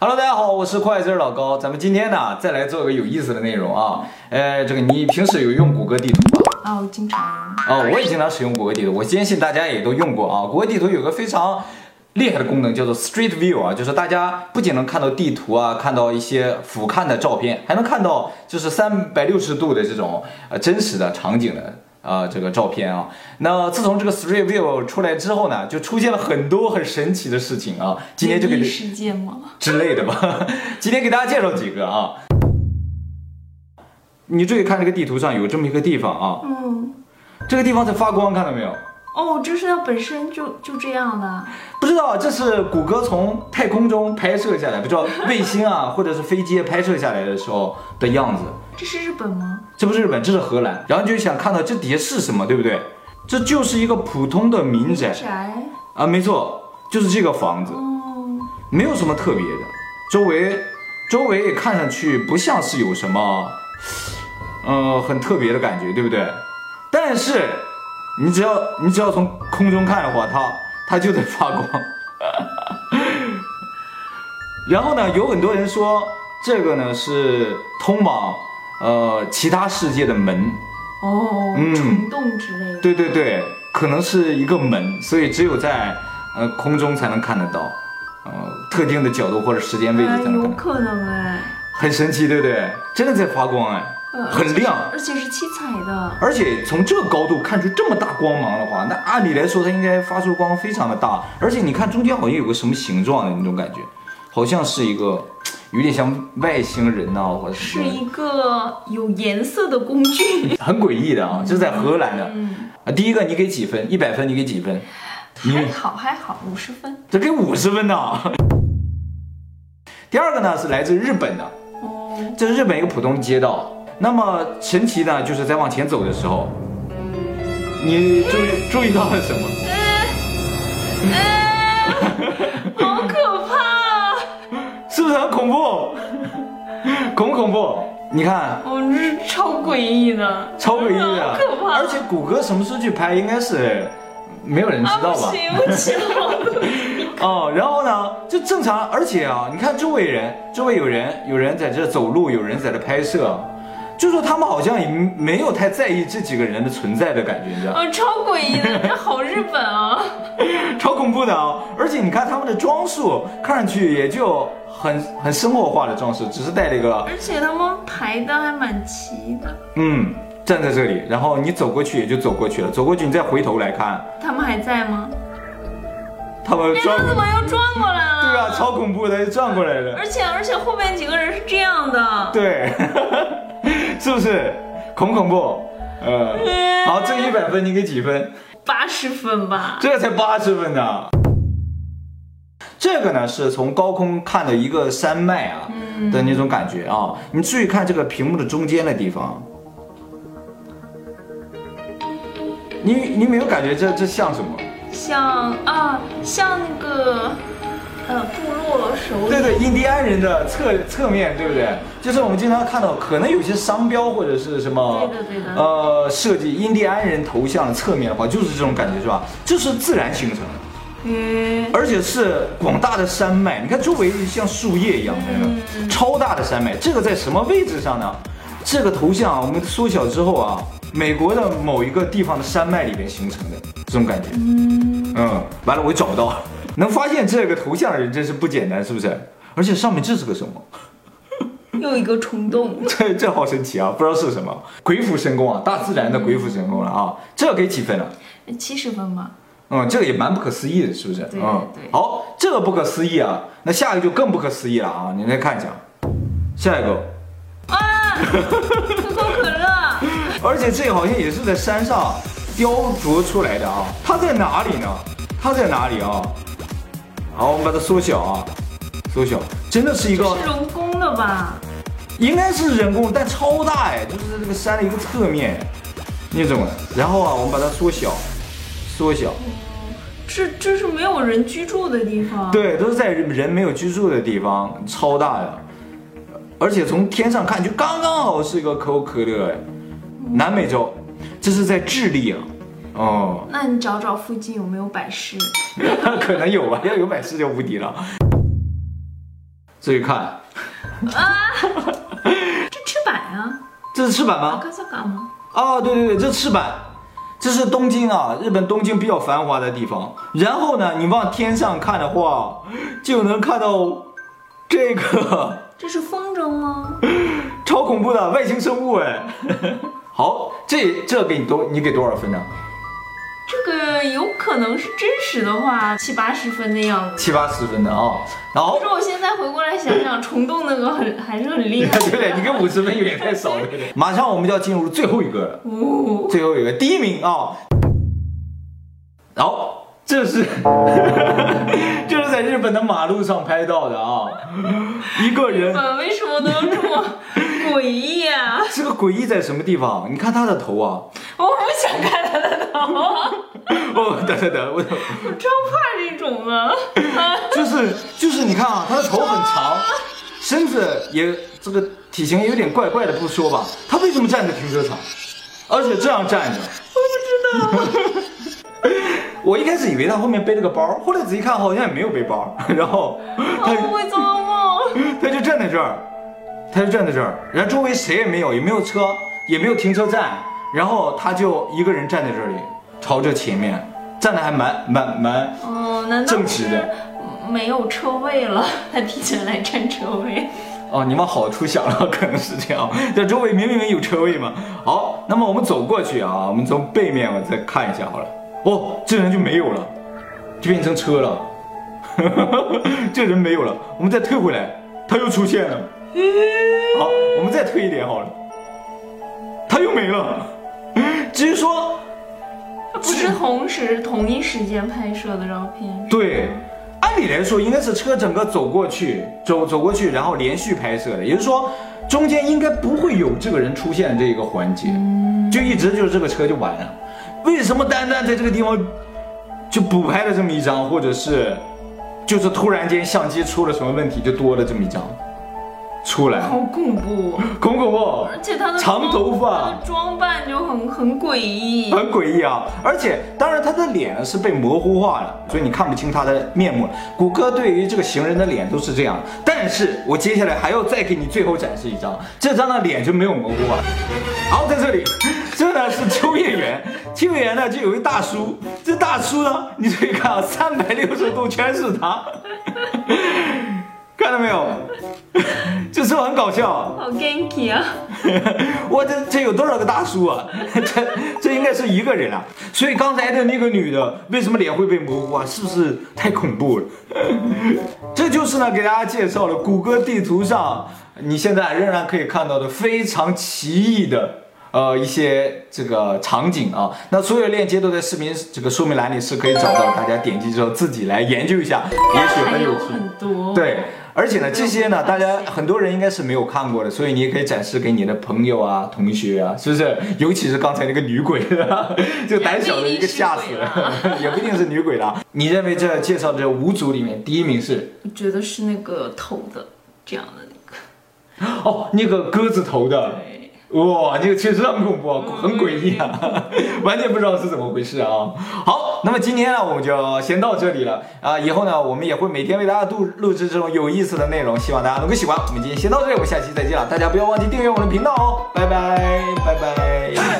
Hello，大家好，我是快嘴老高，咱们今天呢再来做个有意思的内容啊。呃，这个你平时有用谷歌地图吗？啊，我经常啊、我也经常使用谷歌地图，我坚信大家也都用过啊。谷歌地图有个非常厉害的功能叫做 Street View 啊，就是大家不仅能看到地图啊，看到一些俯瞰的照片，还能看到就是三百六十度的这种呃真实的场景的。啊，这个照片啊，那自从这个 Street View 出来之后呢，就出现了很多很神奇的事情啊。今天就给灵异事件吗？之类的吧。 今天给大家介绍几个啊。你注意看这个地图上有这么一个地方啊，嗯，这个地方在发光，看到没有？哦，就是它本身就就这样的，不知道这是谷歌从太空中拍摄下来，不知道卫星啊 或者是飞机拍摄下来的时候的样子。这是日本吗？这不是日本，这是荷兰。然后就想看到这底下是什么，对不对？这就是一个普通的民宅宅，啊，没错，就是这个房子。哦，没有什么特别的，周围周围也看上去不像是有什么，呃，很特别的感觉，对不对？但是你只要你只要从空中看的话，它它就在发光。 然后呢，有很多人说这个呢是通往呃其他世界的门，哦，嗯虫洞之类的，对对对，可能是一个门，所以只有在呃空中才能看得到，呃特定的角度或者时间位置哎才能看得有到。可能哎，很神奇，对不对？真的在发光哎，呃很亮，而且是七彩的，而且从这个高度看出这么大光芒的话，那按理来说它应该发出光非常的大，而且你看中间好像有个什么形状的那种感觉，好像是一个有点像外星人呐、或者什是么一个有颜色的工具，很诡异的啊，这是在荷兰的嗯，啊。第一个你给几分？一百分你给几分？你还好还好，五十分，这给五十分呢。 第二个呢是来自日本的，哦，这是日本一个普通街道。那么神奇呢，就是在往前走的时候，你注意注意到了什么？哎哎好可怕啊，是不是很恐怖？ 恐不恐怖？你看，哦，这是超诡异的，超诡异的，好可怕，而且谷歌什么时候去拍，应该是没有人知啊道不吧？行，我 起了。哦，然后呢，就正常，而且啊，你看周围人，周围有人，有人在这走路，有人在这拍摄，就说他们好像也没有太在意这几个人的存在的感觉，你知道吗？啊，超诡异的，这好日本啊！超恐怖的啊！而且你看他们的装束，看上去也就很很生活化的装饰，只是戴了一个而且他们排的还蛮齐的，嗯，站在这里，然后你走过去也就走过去了，走过去你再回头来看，他们还在吗？他们哎，转他，怎么又转过来了？对啊，超恐怖的，又转过来了，而且而且后面几个人是这样的，对， 是不是恐不恐怖？呃，好，这个一百分你给几分？八十分吧。这才八十分呢。这个呢是从高空看的一个山脉啊、嗯的那种感觉啊，你注意看这个屏幕的中间的地方，你你没有感觉这这像什么？像啊，像那个呃部落首对领，对，印第安人的侧侧面，对不对？就是我们经常看到，可能有些商标或者是什么，对的对的呃，设计印第安人头像的侧面的话，就是这种感觉，是吧？这是自然形成的。嗯，而且是广大的山脉，你看周围像树叶一样那个、超大的山脉，这个在什么位置上呢？这个头像啊我们缩小之后啊，美国的某一个地方的山脉里面形成的这种感觉。嗯，完了我也找不到，能发现这个头像的人真是不简单，是不是？而且上面这是个什么？ 又一个冲动，这这好神奇啊，不知道是什么，鬼斧神工啊，大自然的鬼斧神工了啊！这给几分了？七十分吧。嗯，这个也蛮不可思议的，是不是？对嗯，对好，这个不可思议啊，那下一个就更不可思议了啊！你再看一下，下一个，啊，可口可乐，而且这个好像也是在山上雕琢出来的啊，它在哪里呢？它在哪里啊？好，我们把它缩小啊，缩小，真 的是一个是，人工的吧？应该是人工，但超大哎，就是在这个山的一个侧面那种的。然后啊，我们把它缩小，缩小，这这是没有人居住的地方。对，都是在人没有居住的地方，超大的，而且从天上看就刚刚好是一个可口可乐，哎，南美洲，这是在智利啊，哦， 那你找找附近有没有百事？可能有吧，要有百事就无敌了。注意看，这赤坂呀，这是赤坂吗阿？卡萨嘎吗？啊，对对对，这赤坂，这是东京啊，日本东京比较繁华的地方。然后呢，你往天上看的话，就能看到这个这是风筝吗？超恐怖的外星生物哎。好，这这给你多，你给多少分呢？这个有可能是真实的话，七八十分的样子。七八十分的啊、然后。可是我现在回过来想想，虫洞那个很还是很厉害对，你跟五十分有点太少了。马上我们就要进入最后一个了。哦，最后一个第一名啊、然、后这是 这是在日本的马路上拍到的啊、一个人本呃为什么都这么 诡异啊？这个诡异在什么地方？你看他的头啊！我不想看他的头，哦，等等等，我我真怕这种啊。就是就是你看啊，他的头很长，身子也这个体型有点怪怪的，不说吧，他为什么站在停车场，而且这样站着？我不知道， 我一开始以为他后面背了个包，后来仔细看好像也没有背包， 然后他啊我会做噩 梦。他就站在这儿，他就站在这儿，然后周围谁也没有，也没有车，也没有停车站，然后他就一个人站在这里，朝着前面站的还蛮蛮蛮，嗯，难道正直是的没有车位了？他提前来占车位。哦，你往好处想了，可能是这样， 这周围明明有车位嘛。好，那么我们走过去啊，我们从背面我再看一下好了。哦，这人就没有了，就变成车了， 这人没有了，我们再退回来，他又出现了。好，我们再推一点好了，他又没了。 至于说，他不是同时同一时间拍摄的照片，对，按理来说应该是车整个走过去，走走过去，然后连续拍摄的，也就是说中间应该不会有这个人出现这一个环节，就一直就是这个车就完了。为什么单单在这个地方就补拍了这么一张，或者是就是突然间相机出了什么问题就多了这么一张出来？好恐怖。哦恐恐怖！而且他的长头发他的装扮就很很诡异。很诡异啊！而且，当然他的脸是被模糊化了，所以你看不清他的面目了。谷歌对于这个行人的脸都是这样，但是我接下来还要再给你最后展示一张，这张的脸就没有模糊化。好，在这里，这呢是秋叶原，秋叶原呢就有一大叔，这大叔呢，你注意看啊，三百六十度全是他， 看到没有？ 这是不是很搞笑啊、好 ganky 啊！ 我这这有多少个大叔啊？ 这这应该是一个人啊。所以刚才的那个女的为什么脸会被模糊啊？是不是太恐怖了？ 这就是呢，给大家介绍了谷歌地图上你现在仍然可以看到的非常奇异的。呃，一些这个场景啊，那所有链接都在视频这个说明栏里是可以找到，大家点击之后自己来研究一下，也许还很有有趣。很多。对，而且呢，这些呢，大家很多人应该是没有看过的，所以你也可以展示给你的朋友啊、同学啊，是不是？ 尤其是刚才那个女鬼，啊 就胆小的一个吓死了， 也不一定是女鬼啦。你认为这介绍这五组里面，第一名是我觉得是那个头的这样的那个。哦，那个鸽子头的。对，哇，这个确实很恐怖，啊，很诡异啊，完全不知道是怎么回事啊。好，那么今天呢，我们就先到这里了啊、以后呢，我们也会每天为大家录录制这种有意思的内容，希望大家能够喜欢。我们今天先到这里，我们下期再见了，大家不要忘记订阅我们的频道哦，拜拜，拜拜。